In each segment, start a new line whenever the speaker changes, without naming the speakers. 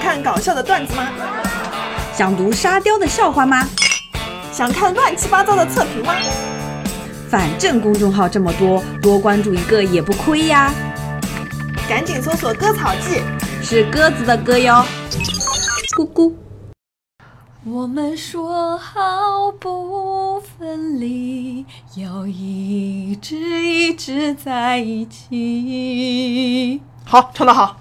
看搞笑的段子吗？
想读沙雕的笑话吗？
想看乱七八糟的测评吗？
反正公众号这么多，多关注一个也不亏呀。
赶紧搜索“割草记
是鸽子的歌哟，咕咕。
我们说好不分离，要一直一直在一起。”。
好，唱得好。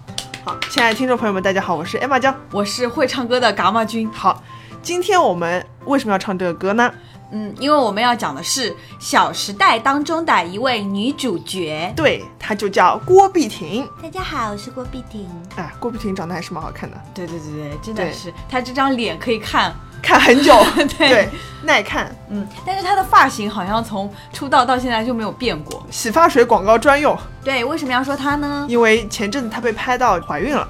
好，亲爱的听众朋友们，大家好，我是艾玛江。
我是会唱歌的蛤蟆君。
好，今天我们为什么要唱这个歌呢？
嗯，因为我们要讲的是《小时代》当中的一位女主角。
对，她就叫郭碧婷。
大家好，我是郭碧婷。
哎，郭碧婷长得还是蛮好看的，
对对对对，真的
对
是她这张脸可以看，
看很久，
对
耐看。
嗯，但是她的发型好像从出道到现在就没有变过。
洗发水广告专用，
对，为什么要说她呢？
因为前阵子她被拍到怀孕了，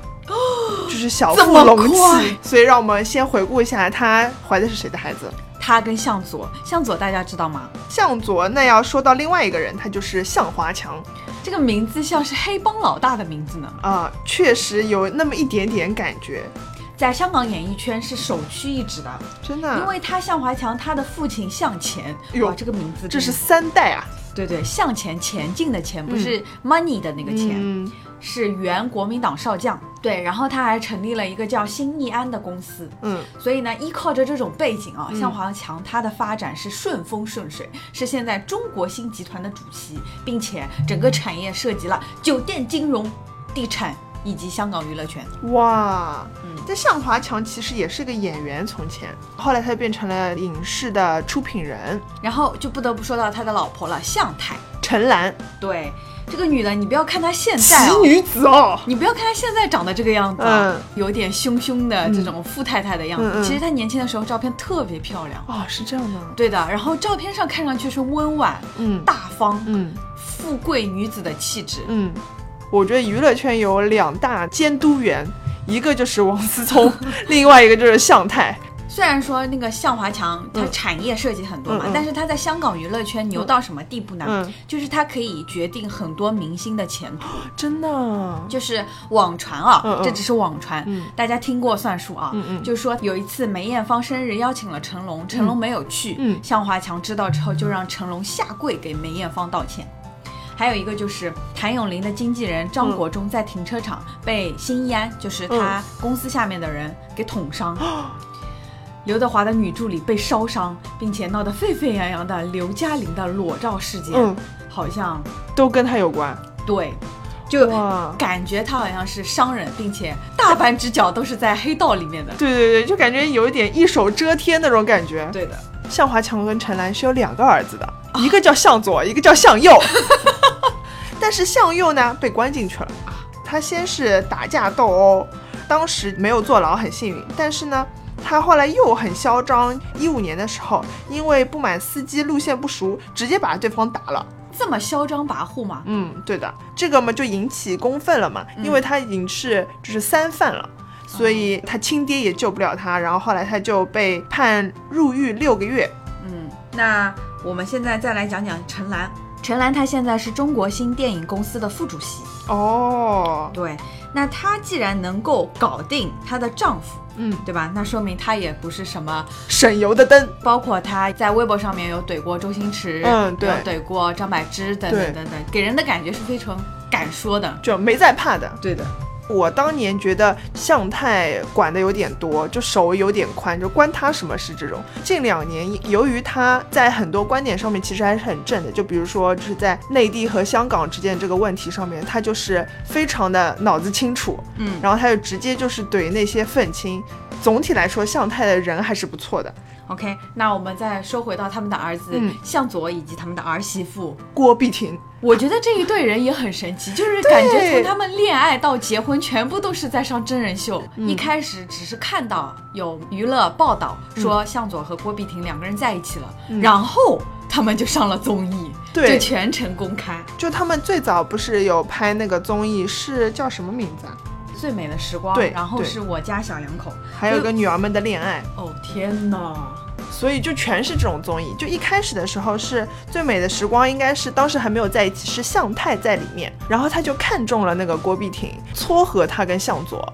就是小
这
腹
么
隆
快
起，所以让我们先回顾一下她怀的是谁的孩子。
她跟向佐，向佐大家知道吗？
向佐，那要说到另外一个人，他就是向华强
这个名字像是黑帮老大的名字呢，
啊、确实有那么一点点感觉，
在香港演艺圈是首屈一指的，
真的啊，
因为他向华强，他的父亲向前，
哟
哇，这个名字
这
真
是三代啊，
对对，向前前进的前，不是 money 的那个钱，
嗯，
是原国民党少将。对，然后他还成立了一个叫新义安的公司，
嗯，
所以呢，依靠着这种背景啊，向华强他的发展是顺风顺水，是现在中国新集团的主席，并且整个产业涉及了酒店、金融、地产以及香港娱乐圈。
哇
嗯，
但向华强其实也是个演员，从前，后来他就变成了影视的出品人
然后就不得不说到他的老婆了，向太。
陈岚，
对，这个女的，你不要看她现在啊、
奇女子哦，
你不要看她现在长得这个样子、啊，
嗯
有点凶凶的这种富太太的样子。
嗯嗯
其实她年轻的时候照片特别漂亮，
哦，是这样的，
对的。然后照片上看上去是温婉、
嗯
大方、
嗯
富贵女子的气质。
嗯，我觉得娱乐圈有两大监督员，一个就是王思 聪，另外一个就是向太，
虽然说那个向华强，他
嗯
产业涉及很多嘛，
嗯嗯
但是他在香港娱乐圈牛到什么地步呢？
嗯
就是他可以决定很多明星的前途。
真的啊，
就是网传啊，
嗯嗯
这只是网传，
嗯
大家听过算数啊。
嗯嗯
就说有一次梅艳芳生日邀请了成龙，成龙没有去，
嗯
向华强知道之后就让成龙下跪给梅艳芳道歉。还有一个就是谭咏麟的经纪人张国忠在停车场被新一安，就是他公司下面的人给 捅伤。刘德华的女助理被烧伤，并且闹得沸沸扬扬的刘嘉玲的裸照事件，
嗯
好像
都跟他有关，
对，就
哇。
感觉他好像是商人，并且大半只脚都是在黑道里面的。
对对对，就感觉有一点一手遮天那种感觉。
对的，啊
向华强跟陈岚是有两个儿子的，一个叫向左， 一个叫向右。但是向右呢被关进去了，
啊
他先是打架斗殴，当时没有坐牢，很幸运。但是呢，他后来又很嚣张，一五年的时候，因为不满司机路线不熟，直接把对方打了。
这么嚣张跋扈吗？
嗯，对的，这个嘛就引起公愤了嘛，因为他已经是就是三犯了。所以他亲爹也救不了他，然后后来他就被判入狱六个月。
嗯，那我们现在再来讲讲陈岚。陈岚她现在是中国新电影公司的副主席。
哦，
对，那她既然能够搞定她的丈夫，
嗯，
对吧？那说明她也不是什么，
省油的灯，
包括她在微博上面有怼过周星驰，
嗯对
有怼过张柏芝等
对
等等等，给人的感觉是非常敢说的。
就没在怕的。
对的，
我当年觉得向太管的有点多，就手有点宽，就关他什么事这种。近两年，由于他在很多观点上面其实还是很正的，就比如说就是在内地和香港之间这个问题上面，他就是非常的脑子清楚，
嗯，
然后他就直接就是怼那些愤青。总体来说，向太的人还是不错的。
OK，那我们再说回到他们的儿子
嗯
向佐以及他们的儿媳妇，
郭碧婷，
我觉得这一对人也很神奇，就是感觉从他们恋爱到结婚，全部都是在上真人秀。
嗯
一开始只是看到有娱乐报道
嗯
说向佐和郭碧婷两个人在一起了，然后他们就上了综艺，
对
就全程公开。
就他们最早不是有拍那个综艺，是叫什么名字啊？
最美的时光，
对
然后
对
是我家小两口，
还有个女儿们的恋爱。
哦天哪，
所以就全是这种综艺。就一开始的时候是最美的时光，应该是当时还没有在一起，是向太在里面，然后他就看中了那个郭碧婷，撮合他跟向佐。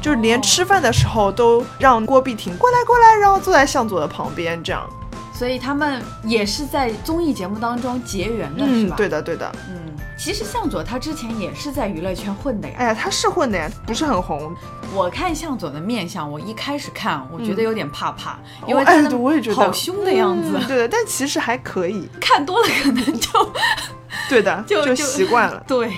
就是连吃饭的时候都让郭碧婷过来过来，然后坐在向佐的旁边这样。
所以他们也是在综艺节目当中结缘的，是
嗯
吧？，
对，的对的。
嗯，其实向佐他之前也是在娱乐圈混的呀。
哎呀，他是混的呀，不是很红。
我看向佐的面相，我一开始看我觉得有点怕怕，因
我
为
哎
他，
对我也觉得
好凶的样子，
嗯对的，但其实还可以。
看多了可能 就
对的，
就就。
习惯了
对。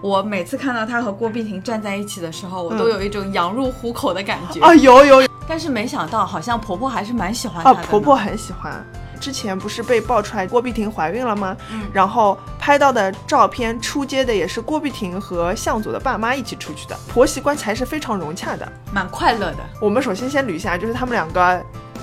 我每次看到他和郭碧婷站在一起的时候，我
嗯
都有一种羊入虎口的感觉。
啊，有有有
但是没想到，好像婆婆还是蛮喜欢她
啊，
的呢。
婆婆很喜欢。之前不是被爆出来郭碧婷怀孕了吗？
嗯
然后拍到的照片出街的也是郭碧婷和向佐的爸妈一起出去的，婆媳关系还是非常融洽的。
蛮快乐的。
我们首先先捋一下，就是他们两个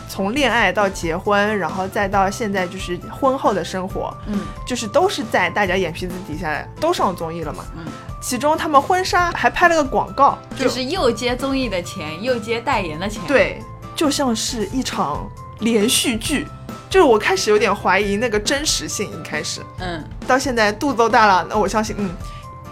从恋爱到结婚，然后再到现在就是婚后的生活，
嗯，
就是都是在大家眼皮子底下都上综艺了嘛。
嗯
其中他们婚纱还拍了个广告，就
就是又接综艺的钱，又接代言的钱。，
对，就像是一场连续剧。就是我开始有点怀疑那个真实性，一开始
嗯，
到现在肚子都大了，那我相信，嗯，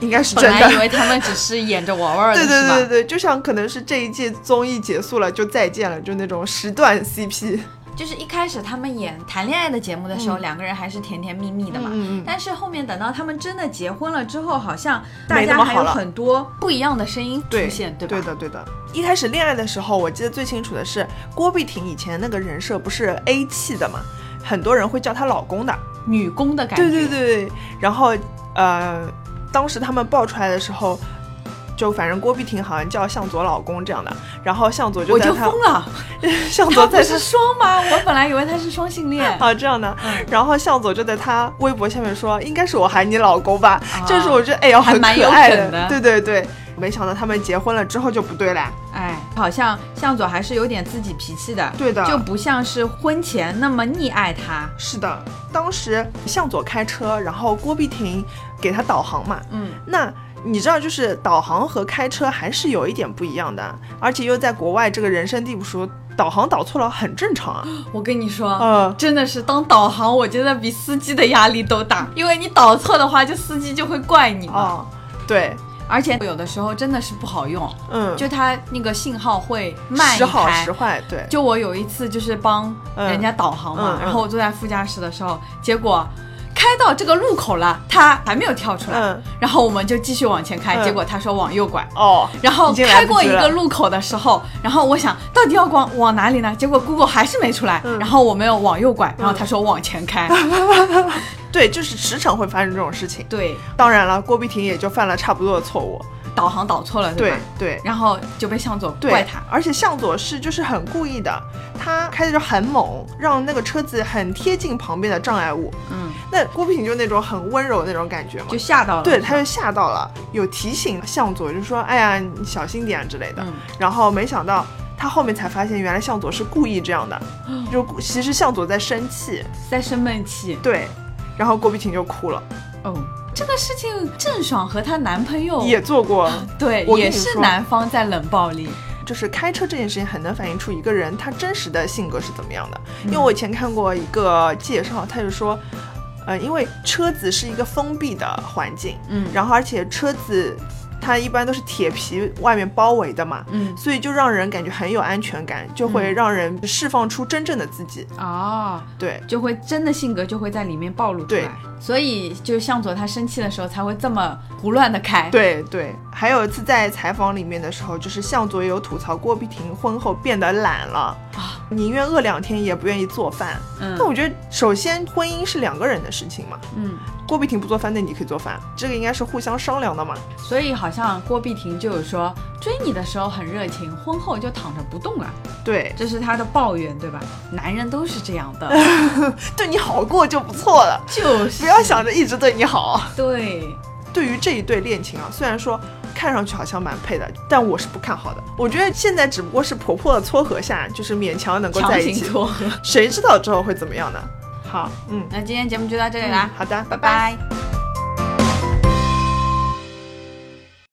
应该是真
本来以
的。
为他们只是演着玩 玩的，
对对
是
对对
吧？
对，就像可能是这一届综艺结束了就再见了，就那种时段 CP。
就是一开始他们演谈恋爱的节目的时候，
嗯
两个人还是甜甜蜜蜜的嘛。
嗯嗯嗯
但是后面等到他们真的结婚了之后，好像大
没那
家
么
还
好
有
了
很多不一样的声音
对
出现，对吧？
的，嗯对的。一开始恋爱的时候，我记得最清楚的是郭碧婷以前那个人设不是 A 气的嘛，很多人会叫她老公的。
女工的感觉。
对对对，然后呃，当时他们爆出来的时候，就反正郭碧婷好像叫向佐老公这样的，然后向佐就
我
在
就
他
疯了，
向
他
佐
不
在。
是双吗？我本来以为他是双性恋
啊这样的，然后向佐就在他微博下面说，应该是我喊你老公吧，这是我觉得哎呀
啊还
很
蛮
可
有
爱的，
梗的
对对对。没想到他们结婚了之后就不对啦，
哎，好像向佐还是有点自己脾气的，
对的
就不像是婚前那么溺爱他。
是的，当时向佐开车，然后郭碧婷给他导航嘛，
嗯，
那你知道，就是导航和开车还是有一点不一样的，而且又在国外这个人生地不熟，导航导错了很正常啊。
我跟你说，
嗯
真的是当导航，我觉得比司机的压力都大，因为你导错的话，就司机就会怪你嘛。
哦，对，
而且有的时候真的是不好用，
嗯，
就它那个信号会慢一
时好
拍
时。坏，对，
就我有一次就是帮人家导航
嗯嗯
嘛，
嗯
然后我坐在副驾驶的时候，结果开到这个路口了，它还没有跳出来，
嗯
然后我们就继续往前开，
嗯
结果他说往右拐，
哦，
然后
已经来
开
不
过一
及
个
了
路口的时候，然后我想到底要往往哪里呢？结果 Google 还是没出来，
嗯
然后我没有往右拐，然后他说往前开。
对，就是时常会发生这种事情。
对，
当然了，郭碧婷也就犯了差不多的错误，
导航导错了，
对
吧？
对。
然后就被向佐
对
怪他。，
而且向佐是就是很故意的，他开的就很猛，让那个车子很贴近旁边的障碍物。
嗯，
那郭碧婷就那种很温柔的那种感觉嘛，
就吓到了。
对，他就吓到了，有提醒向佐，就说：“哎呀，你小心点啊之类的。
嗯
然后没想到他后面才发现，原来向佐是故意这样的，
嗯
就故其实向佐在生气。
在生闷气。
对，然后郭碧婷就哭了，
哦，这个事情郑爽和她男朋友
也做过。
对，
我跟
也
你
是
说
男方在冷暴力。
就是开车这件事情很能反映出一个人他真实的性格是怎么样的。因为
嗯
我以前看过一个介绍，他就说。呃，因为车子是一个封闭的环境，
嗯
然后而且车子它一般都是铁皮外面包围的嘛，
嗯
所以就让人感觉很有安全感，就会让人释放出真正的自己。
啊，
对，
就会真的性格就会在里面暴露出来。所以就向佐他生气的时候才会这么胡乱的开。
对对。还有一次在采访里面的时候，就是向佐也有吐槽郭碧婷婚后变得懒了，
啊
宁愿饿两天也不愿意做饭。
嗯
那我觉得，首先婚姻是两个人的事情嘛，
嗯，
郭碧婷不做饭，那你可以做饭，这个应该是互相商量的嘛。
所以好像郭碧婷就有说，追你的时候很热情，婚后就躺着不动了，
对，
这是她的抱怨，对吧？男人都是这样的，
对你好过就不错了，
就是
不要想着一直对你好。
对。
对于这一对恋情啊，虽然说看上去好像蛮配的，但我是不看好的。我觉得现在只不过是婆婆的撮合下，就是勉强能够
强
在一
行
起，
撮合。
谁知道之后会怎么样呢？好，嗯嗯
那今天节目就到这里啦，
好的，
啊拜拜